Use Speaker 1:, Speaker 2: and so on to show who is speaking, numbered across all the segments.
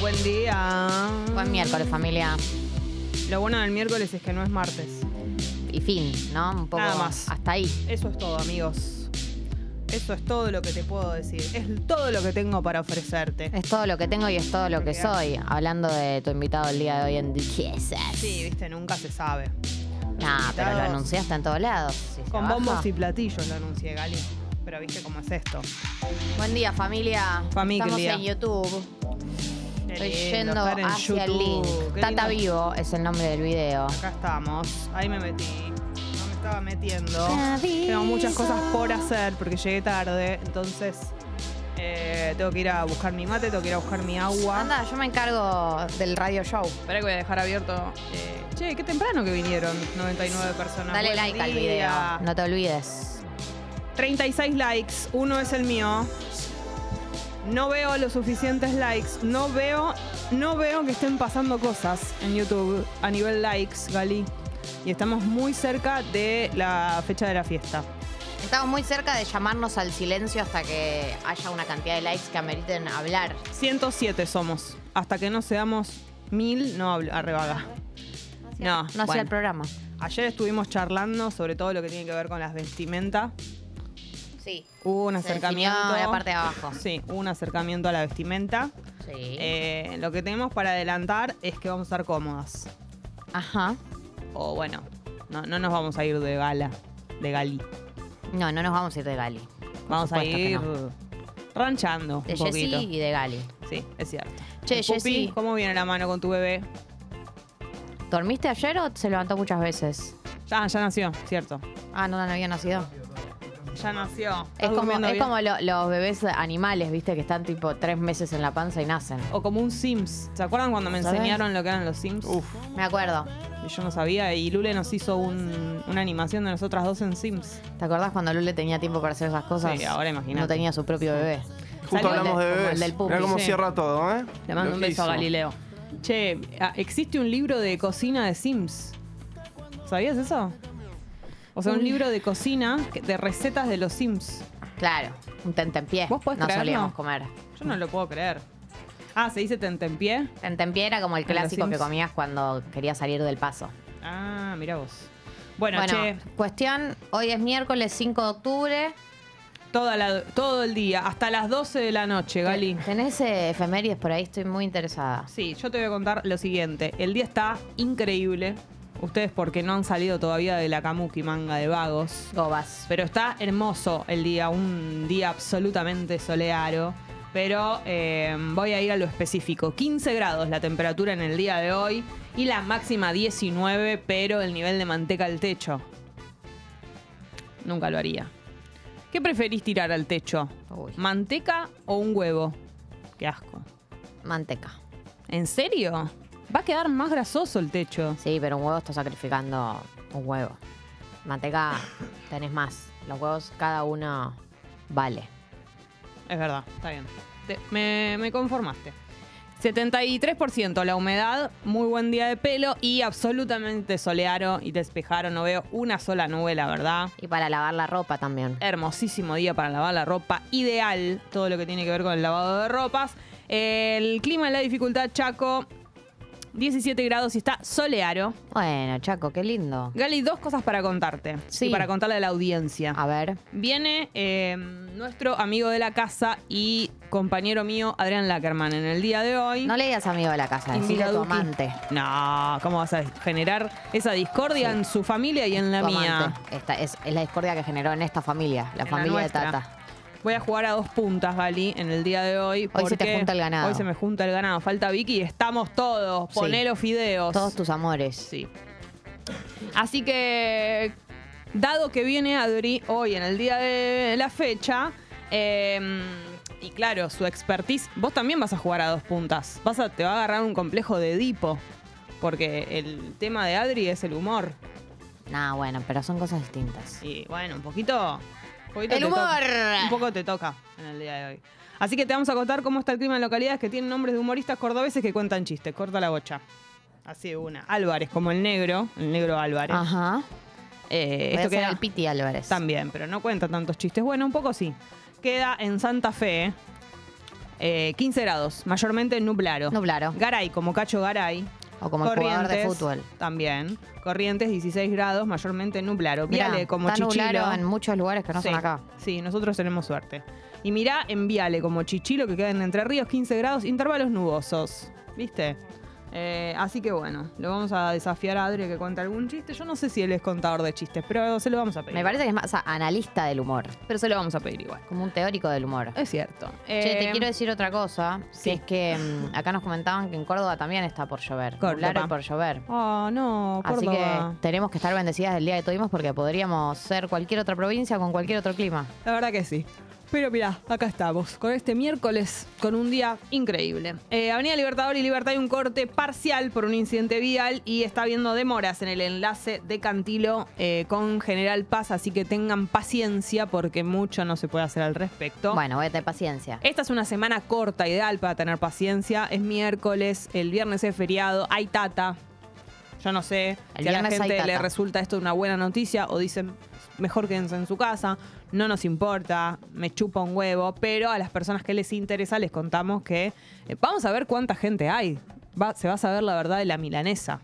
Speaker 1: Buen día.
Speaker 2: Buen miércoles, familia.
Speaker 1: Lo bueno del miércoles es que no es martes.
Speaker 2: Y fin, ¿no? Un poco
Speaker 1: Nada más.
Speaker 2: hasta ahí.
Speaker 1: Eso es todo, amigos. Eso es todo lo que te puedo decir. Es todo lo que tengo para ofrecerte.
Speaker 2: Es todo lo que tengo y es todo lo que
Speaker 1: Porque-
Speaker 2: soy. Hablando de tu invitado el día de hoy en Duchesas.
Speaker 1: Sí, viste, nunca se sabe.
Speaker 2: Nah, pero lo
Speaker 1: invitados.
Speaker 2: anunciaste en todos lados. Si se
Speaker 1: Con
Speaker 2: baja.
Speaker 1: bombos y platillos lo anuncié, Gali. Pero viste cómo es esto.
Speaker 2: Buen día, familia.
Speaker 1: Familia.
Speaker 2: Estamos en YouTube.
Speaker 1: Qué
Speaker 2: Estoy
Speaker 1: lindo
Speaker 2: yendo
Speaker 1: estar en
Speaker 2: hacia el link.
Speaker 1: YouTube. Qué
Speaker 2: Tata
Speaker 1: lindo.
Speaker 2: Vivo es el nombre del video.
Speaker 1: Acá estamos. Ahí me metí. No me estaba metiendo.
Speaker 2: Te
Speaker 1: Tengo muchas
Speaker 2: aviso.
Speaker 1: cosas por hacer porque llegué tarde. Entonces, eh, tengo que ir a buscar mi mate, tengo que ir a buscar mi agua.
Speaker 2: Anda, yo me encargo del radio show.
Speaker 1: Espera que voy a dejar abierto. eh, che, qué temprano que vinieron 99 personas.
Speaker 2: Dale
Speaker 1: Buen
Speaker 2: like al video.
Speaker 1: día.
Speaker 2: No te olvides.
Speaker 1: 36 likes, uno es el mío. No veo los suficientes likes, no veo, no veo que estén pasando cosas en YouTube a nivel likes, Gali. Y estamos muy cerca de la fecha de la fiesta.
Speaker 2: Estamos muy cerca de llamarnos al silencio hasta que haya una cantidad de likes que ameriten hablar.
Speaker 1: 107 somos. Hasta que no seamos mil, no hablo, arrebaga. No,
Speaker 2: No hacía
Speaker 1: Ah, bueno.
Speaker 2: el programa.
Speaker 1: Ayer estuvimos charlando sobre todo lo que tiene que ver con las vestimentas.
Speaker 2: Sí.
Speaker 1: Hubo un
Speaker 2: Se definió
Speaker 1: acercamiento.
Speaker 2: la parte de abajo.
Speaker 1: Sí, hubo un acercamiento a la vestimenta.
Speaker 2: Sí.
Speaker 1: Eh, lo que tenemos para adelantar es que vamos a estar cómodas.
Speaker 2: Ajá.
Speaker 1: O bueno, no, no nos vamos a ir de gala, de gali.
Speaker 2: No, no nos vamos a ir de Gali. Por
Speaker 1: Vamos a
Speaker 2: supuesto que
Speaker 1: ir
Speaker 2: no.
Speaker 1: ranchando
Speaker 2: De
Speaker 1: un poquito.
Speaker 2: Jessy y de Gali.
Speaker 1: Sí, es cierto.
Speaker 2: Che,
Speaker 1: Pupi,
Speaker 2: Jessy.
Speaker 1: ¿cómo viene la mano con tu bebé?
Speaker 2: ¿Dormiste ayer o se levantó muchas veces?
Speaker 1: Ah, ya nació, cierto.
Speaker 2: Ah, no, no había nacido.
Speaker 1: Ya nació.
Speaker 2: Es
Speaker 1: ¿Estás
Speaker 2: como,
Speaker 1: durmiendo
Speaker 2: es
Speaker 1: bien?
Speaker 2: como lo- los bebés animales, viste, que están tipo tres meses en la panza y nacen.
Speaker 1: O como un Sims. ¿Se acuerdan cuando me
Speaker 2: ¿Sabes?
Speaker 1: enseñaron lo que eran los Sims? Uf.
Speaker 2: Me acuerdo.
Speaker 1: Yo no sabía y Lule nos hizo un- una animación de nosotras dos en Sims.
Speaker 2: ¿Te acordás cuando Lule tenía tiempo para hacer esas cosas?
Speaker 1: Sí, ahora imagínate.
Speaker 2: No tenía su propio bebé.
Speaker 1: Salió
Speaker 3: Justo hablamos de
Speaker 2: como el
Speaker 3: bebés.
Speaker 2: del Pupi,
Speaker 3: Mirá cómo
Speaker 1: sí.
Speaker 3: cierra todo, ¿eh?
Speaker 1: Le mando un beso a
Speaker 3: Loquísimo.
Speaker 1: Galileo. Che, ah, existe un libro de cocina de Sims. ¿Sabías eso? O sea, un libro de cocina que- de recetas de los Sims.
Speaker 2: Claro, un tentempié.
Speaker 1: ¿Vos podés
Speaker 2: no
Speaker 1: creerlo?
Speaker 2: solíamos comer.
Speaker 1: Yo no lo puedo creer. Ah, ¿se dice tentempié?
Speaker 2: Tentempié era como el
Speaker 1: En los
Speaker 2: clásico que
Speaker 1: Sims.
Speaker 2: comías cuando querías salir del paso.
Speaker 1: Ah, mirá vos. Bueno,
Speaker 2: bueno,
Speaker 1: che,
Speaker 2: cuestión, hoy es miércoles 5 de octubre.
Speaker 1: toda la- todo el día, hasta las 12 de la noche, Gali.
Speaker 2: ¿Tenés eh, efemérides por ahí? Estoy muy interesada.
Speaker 1: Sí, yo te voy a contar lo siguiente. El día está increíble. Ustedes porque no han salido todavía de la Kamuki manga de vagos.
Speaker 2: Gobas.
Speaker 1: Pero está hermoso el día, un día absolutamente soleado. Pero eh, voy a ir a lo específico. 15 grados la temperatura en el día de hoy y la máxima 19, pero el nivel de manteca al techo. Nunca lo haría. ¿Qué preferís tirar al techo?
Speaker 2: Uy.
Speaker 1: ¿Manteca o un huevo? Qué asco.
Speaker 2: Manteca.
Speaker 1: ¿En serio? Va a quedar más grasoso el techo.
Speaker 2: Sí, pero un huevo está sacrificando un huevo. Manteca tenés más. Los huevos cada uno vale.
Speaker 1: Es verdad, está bien. Te- me, me conformaste. 73% la humedad, muy buen día de pelo y absolutamente soleado y despejado. No veo una sola nube, la verdad.
Speaker 2: Y para lavar la ropa también.
Speaker 1: Hermosísimo día para lavar la ropa, ideal todo lo que tiene que ver con el lavado de ropas. El clima de la dificultad, Chaco, 17 grados y está soleado.
Speaker 2: Bueno, Chaco, qué lindo.
Speaker 1: Gali, dos cosas para contarte
Speaker 2: Sí.
Speaker 1: y para contarle a la audiencia.
Speaker 2: A ver.
Speaker 1: Viene eh, nuestro amigo de la casa y compañero mío, Adrián Lackerman, en el día de hoy.
Speaker 2: No le digas amigo de la casa, decile a tu
Speaker 1: Invitaduki.
Speaker 2: amante.
Speaker 1: No, ¿cómo vas a generar esa discordia en su familia y en la
Speaker 2: Tu
Speaker 1: mía?
Speaker 2: amante. Esta es, es la discordia que generó en esta familia, la
Speaker 1: En la
Speaker 2: familia de
Speaker 1: nuestra.
Speaker 2: Tata.
Speaker 1: Voy a jugar a dos puntas, Gali, en el día de hoy.
Speaker 2: Hoy se te
Speaker 1: porque
Speaker 2: junta el ganado.
Speaker 1: Hoy se me junta el ganado. Falta Vicky y estamos todos.
Speaker 2: Sí.
Speaker 1: Poné los fideos.
Speaker 2: Todos tus amores.
Speaker 1: Sí. Así que, dado que viene Adri hoy en el día de la fecha, eh, y claro, su expertise, vos también vas a jugar a dos puntas. Vas a, te va a agarrar un complejo de Edipo, porque el tema de Adri es el humor.
Speaker 2: Nah, bueno, pero son cosas distintas.
Speaker 1: Y bueno, un poquito. un poquito
Speaker 2: ¡El
Speaker 1: te
Speaker 2: humor!
Speaker 1: toca- un poco te toca en el día de hoy. Así que te vamos a contar cómo está el clima en localidades que tienen nombres de humoristas cordobeses que cuentan chistes. Corta la bocha. Así de una. Álvarez, como el negro, el negro Álvarez.
Speaker 2: Ajá.
Speaker 1: Eh,
Speaker 2: Voy a
Speaker 1: esto
Speaker 2: hacer
Speaker 1: queda
Speaker 2: el Piti Álvarez.
Speaker 1: también, pero no cuenta tantos chistes. Bueno, un poco sí. Queda en Santa Fe. eh, 15 grados, mayormente nublado.
Speaker 2: Nublado.
Speaker 1: Garay, como Cacho Garay.
Speaker 2: O como el jugador de fútbol.
Speaker 1: También. Corrientes, 16 grados, mayormente nublado.
Speaker 2: Mirá,
Speaker 1: Viale, como
Speaker 2: está nublado
Speaker 1: Chichilo.
Speaker 2: en muchos lugares que no
Speaker 1: sí,
Speaker 2: son acá.
Speaker 1: sí, nosotros tenemos suerte. Y mirá en Viale, como Chichilo, que queda en Entre Ríos, 15 grados, intervalos nubosos. ¿Viste? Eh, así que bueno, lo vamos a desafiar a Adri que cuente algún chiste. Yo no sé si él es contador de chistes, pero se lo vamos a pedir.
Speaker 2: Me parece que es más o sea, analista del humor,
Speaker 1: Pero se lo vamos a pedir igual.
Speaker 2: como un teórico del humor.
Speaker 1: Es cierto.
Speaker 2: Che,
Speaker 1: Eh,
Speaker 2: te quiero decir otra cosa,
Speaker 1: sí.
Speaker 2: que es que mm, acá nos comentaban que en Córdoba también está por llover,
Speaker 1: Córdoba.
Speaker 2: claro, por llover.
Speaker 1: Oh, no,
Speaker 2: Así
Speaker 1: Córdoba.
Speaker 2: que tenemos que estar bendecidas del día que tuvimos porque podríamos ser cualquier otra provincia con cualquier otro clima.
Speaker 1: La verdad que sí. Pero mirá, acá estamos, con este miércoles, con un día increíble. Eh, Avenida Libertador y Libertad hay un corte parcial por un incidente vial y está habiendo demoras en el enlace de Cantilo eh, con General Paz, así que tengan paciencia porque mucho no se puede hacer al respecto.
Speaker 2: Bueno, voy a tener paciencia.
Speaker 1: Esta es una semana corta, ideal para tener paciencia. Es miércoles, el viernes es feriado, hay tata. Yo no sé
Speaker 2: El
Speaker 1: si a la
Speaker 2: viernes hay
Speaker 1: gente le
Speaker 2: tata.
Speaker 1: resulta esto una buena noticia o dicen mejor quédense en su casa, no nos importa, me chupa un huevo, pero a las personas que les interesa les contamos que eh, vamos a ver cuánta gente hay. Va- se va a saber la verdad de la milanesa.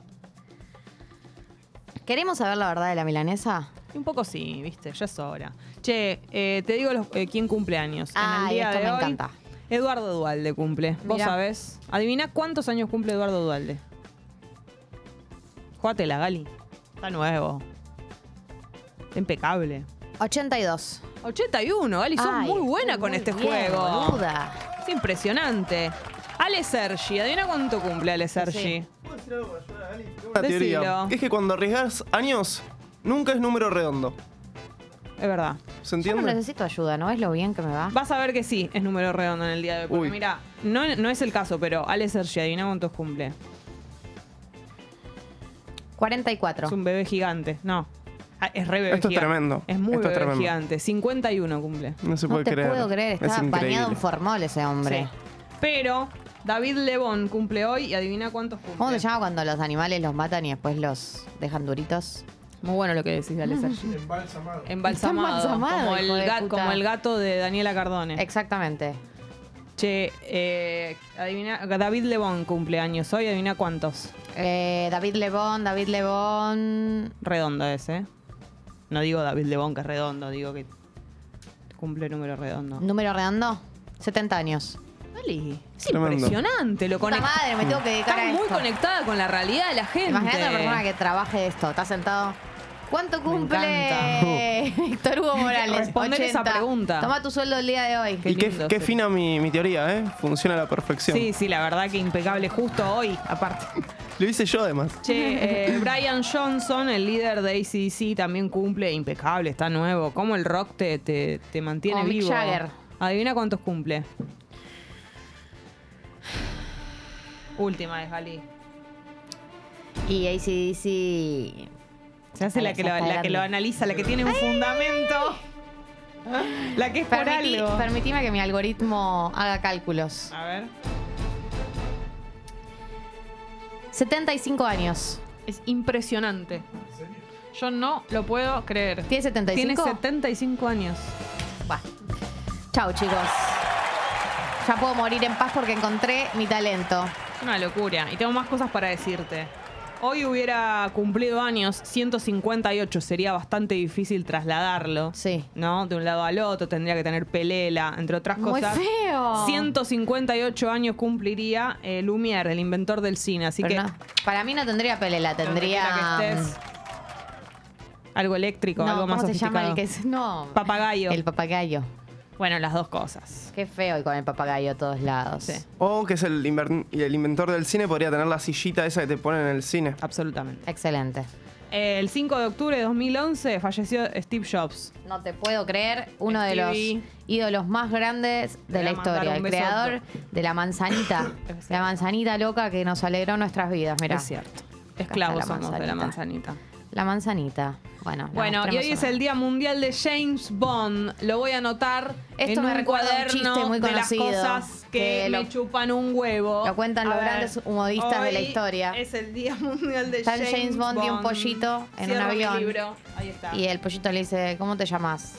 Speaker 2: ¿Queremos saber la verdad de la milanesa?
Speaker 1: Y Un poco sí, viste, ya es hora. Che, eh, te digo los- eh, quién cumple años. en el
Speaker 2: Ay,
Speaker 1: día
Speaker 2: esto
Speaker 1: de
Speaker 2: me
Speaker 1: hoy,
Speaker 2: encanta.
Speaker 1: Eduardo Dualde cumple. Vos
Speaker 2: Mirá.
Speaker 1: sabés. Adivina cuántos años cumple Eduardo Dualde. Jugátela, Gali. Está nuevo. Está impecable.
Speaker 2: 82.
Speaker 1: 81, Gali, sos
Speaker 2: Ay,
Speaker 1: muy buena
Speaker 2: estoy
Speaker 1: con
Speaker 2: muy
Speaker 1: este
Speaker 2: bien,
Speaker 1: juego.
Speaker 2: boluda.
Speaker 1: Es impresionante. Ale Sergi, adivina cuánto cumple Ale Sergi.
Speaker 2: Sí.
Speaker 3: ¿Puedo decir algo para ayudar a Gali? Tengo una
Speaker 1: Decilo.
Speaker 3: teoría. Es que cuando arriesgas años, nunca es número redondo.
Speaker 1: Es verdad.
Speaker 3: ¿Se
Speaker 2: Yo no
Speaker 3: entiende?
Speaker 2: necesito ayuda, ¿no ves lo bien que me va?
Speaker 1: Vas a ver que sí, es número redondo en el día de hoy. Porque
Speaker 3: Uy.
Speaker 1: mira, no, no es el caso, pero Ale Sergi, adivina cuántos cumple.
Speaker 2: 44.
Speaker 1: Es un bebé gigante. No. Ah, Es re bebé
Speaker 3: Esto es
Speaker 1: gigante.
Speaker 3: tremendo.
Speaker 1: Es muy
Speaker 3: Esto es
Speaker 1: bebé
Speaker 3: tremendo.
Speaker 1: gigante. 51 cumple.
Speaker 3: No se
Speaker 2: No
Speaker 3: puede
Speaker 2: te
Speaker 3: creer.
Speaker 2: puedo creer,
Speaker 3: es
Speaker 2: está bañado en
Speaker 3: increíble.
Speaker 2: formol ese hombre.
Speaker 1: Sí. Pero David Lebón cumple hoy y adivina cuántos cumple.
Speaker 2: ¿Cómo se llama cuando los animales los matan y después los dejan duritos?
Speaker 1: Muy bueno lo que decís, Ale Sergi.
Speaker 3: Embalsamado.
Speaker 1: Embalsamado.
Speaker 2: Está embalsamado,
Speaker 1: como,
Speaker 2: hijo
Speaker 1: el
Speaker 2: de
Speaker 1: gat-
Speaker 2: puta.
Speaker 1: como el gato de Daniela Cardone.
Speaker 2: Exactamente.
Speaker 1: che, eh, adivina, David Lebón cumple años hoy. Adivina cuántos.
Speaker 2: Eh, David Lebón, David Lebón.
Speaker 1: Redondo ese. ¿eh? No digo David Lebón que es redondo, digo que cumple número redondo.
Speaker 2: Número redondo, 70 años.
Speaker 1: Ali, es
Speaker 3: Tremendo.
Speaker 1: impresionante lo
Speaker 2: Puta
Speaker 1: conecta.
Speaker 2: madre, me tengo que dedicar
Speaker 1: Está
Speaker 2: a
Speaker 1: muy
Speaker 2: esto.
Speaker 1: conectada con la realidad de la gente.
Speaker 2: Imagínate una persona que trabaje de esto, está sentado. ¿Cuánto cumple
Speaker 1: encanta.
Speaker 2: Víctor Hugo Morales?
Speaker 1: Responder esa pregunta.
Speaker 2: Toma tu sueldo el día de hoy.
Speaker 1: Qué
Speaker 3: Y qué,
Speaker 1: lindo
Speaker 3: qué
Speaker 1: ser.
Speaker 3: fina mi, mi teoría, ¿eh? Funciona a la perfección.
Speaker 1: Sí, sí, la verdad que impecable justo hoy, aparte.
Speaker 3: Lo hice yo, además.
Speaker 1: Che, eh, Brian Johnson, el líder de ACDC, también cumple impecable, está nuevo. ¿Cómo el rock te, te, te mantiene
Speaker 2: Como Mick
Speaker 1: vivo?
Speaker 2: Jagger.
Speaker 1: Adivina cuántos cumple. Última de Gali.
Speaker 2: Y ACDC.
Speaker 1: Se hace la
Speaker 2: Alexa
Speaker 1: que, lo, la
Speaker 2: está
Speaker 1: que
Speaker 2: grande.
Speaker 1: lo analiza, la que tiene un fundamento. La que es por
Speaker 2: Permití-
Speaker 1: algo.
Speaker 2: Permitime que mi algoritmo haga cálculos.
Speaker 1: A ver.
Speaker 2: 75 años.
Speaker 1: Es impresionante. Yo no lo puedo creer.
Speaker 2: ¿Tiene 75?
Speaker 1: Tiene 75 años.
Speaker 2: Va. Chau, chicos. Ya puedo morir en paz porque encontré mi talento.
Speaker 1: Es una locura. Y tengo más cosas para decirte. Hoy hubiera cumplido años 158. Sería bastante difícil trasladarlo.
Speaker 2: Sí.
Speaker 1: ¿No? De un lado al otro. Tendría que tener pelela, entre otras
Speaker 2: Muy
Speaker 1: cosas.
Speaker 2: feo.
Speaker 1: 158 años cumpliría eh, Lumière, el inventor del cine. Así
Speaker 2: Pero
Speaker 1: que.
Speaker 2: no, para mí no tendría pelela,
Speaker 1: donde
Speaker 2: tendría. mm,
Speaker 1: quiera que estés, mm, algo eléctrico,
Speaker 2: no,
Speaker 1: algo más
Speaker 2: ¿cómo se llama el
Speaker 1: sofisticado.
Speaker 2: que es? No.
Speaker 1: Papagayo.
Speaker 2: El papagayo.
Speaker 1: Bueno, las dos cosas.
Speaker 2: Qué feo y con el papagayo a todos lados.
Speaker 1: Sí.
Speaker 3: O que es el, inver- el inventor del cine, podría tener la sillita esa que te ponen en el cine.
Speaker 1: Absolutamente.
Speaker 2: Excelente.
Speaker 1: El 5 de octubre de 2011 falleció Steve Jobs.
Speaker 2: No te puedo creer, uno de
Speaker 1: Stevie.
Speaker 2: los ídolos más grandes
Speaker 1: Te voy
Speaker 2: de
Speaker 1: a
Speaker 2: la
Speaker 1: mandar
Speaker 2: historia,
Speaker 1: un
Speaker 2: el
Speaker 1: beso.
Speaker 2: creador de la manzanita,
Speaker 1: Es
Speaker 2: la manzanita loca que nos alegró nuestras vidas, mira.
Speaker 1: Es cierto. Esclavos
Speaker 2: Acá está la
Speaker 1: somos de la
Speaker 2: manzanita.
Speaker 1: manzanita.
Speaker 2: La manzanita. Bueno, la
Speaker 1: Bueno, y
Speaker 2: mostremos
Speaker 1: hoy es
Speaker 2: ahora.
Speaker 1: el Día Mundial de James Bond. Lo voy a anotar
Speaker 2: Esto
Speaker 1: en
Speaker 2: me
Speaker 1: un
Speaker 2: recuerda a un
Speaker 1: cuaderno
Speaker 2: chiste muy
Speaker 1: de las
Speaker 2: conocido,
Speaker 1: cosas que,
Speaker 2: que
Speaker 1: me
Speaker 2: lo-
Speaker 1: chupan un huevo.
Speaker 2: lo cuentan
Speaker 1: A
Speaker 2: los
Speaker 1: ver,
Speaker 2: grandes humodistas de la
Speaker 1: hoy
Speaker 2: historia.
Speaker 1: Es el Día Mundial de
Speaker 2: Está el
Speaker 1: James,
Speaker 2: James Bond y un pollito en un
Speaker 1: Cierro mi
Speaker 2: avión.
Speaker 1: libro. Ahí está.
Speaker 2: Y el pollito le dice, ¿cómo te llamas?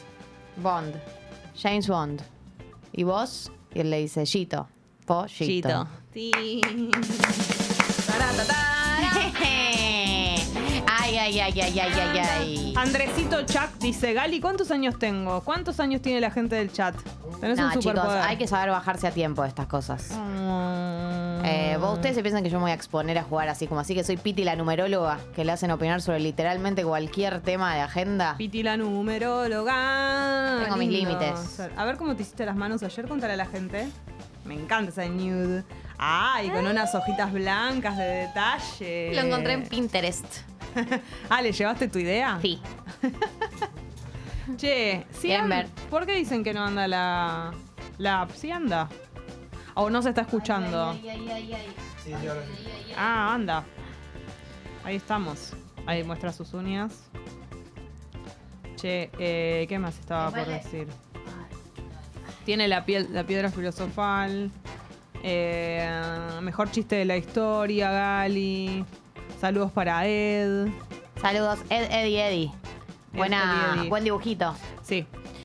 Speaker 2: Bond. James Bond. ¿Y vos? Y él le dice, Gito, pollito.
Speaker 1: Chito. Sí. Taratatara.
Speaker 2: ay, ay, ay, ay, ay, ay, ay.
Speaker 1: Andresito Chuck dice, Gali, ¿cuántos años tengo? ¿Cuántos años tiene la gente del chat? Tenés
Speaker 2: No,
Speaker 1: un
Speaker 2: chicos,
Speaker 1: superpoder.
Speaker 2: hay que saber bajarse a tiempo de estas cosas.
Speaker 1: Mm.
Speaker 2: Eh, ¿vos, ustedes se piensan que yo me voy a exponer a jugar así como así, que soy Piti la numeróloga, que le hacen opinar sobre literalmente cualquier tema de agenda.
Speaker 1: Piti la numeróloga.
Speaker 2: Tengo mis
Speaker 1: Lindo.
Speaker 2: límites.
Speaker 1: A ver cómo te hiciste las manos ayer, contale a la gente. Me encanta ese nude. Ay, con unas hojitas blancas de detalle.
Speaker 2: Lo encontré en Pinterest.
Speaker 1: Ah, ¿le llevaste tu idea?
Speaker 2: Sí.
Speaker 1: Che, sí
Speaker 2: Bien,
Speaker 1: an-
Speaker 2: Bert.
Speaker 1: ¿por qué dicen que no anda la, la app? Sí anda. O no se está escuchando. Ah, anda. Ahí estamos. Ahí muestra sus uñas. Che, eh, ¿qué más estaba por
Speaker 2: Igual, eh,
Speaker 1: decir? Tiene la, piel, la piedra filosofal. Eh, mejor chiste de la historia, Gali. Saludos para Ed.
Speaker 2: Saludos, Ed, Eddie, Eddie.
Speaker 1: Ed,
Speaker 2: Buena,
Speaker 1: Eddie, Eddie.
Speaker 2: Buen dibujito.
Speaker 1: Sí.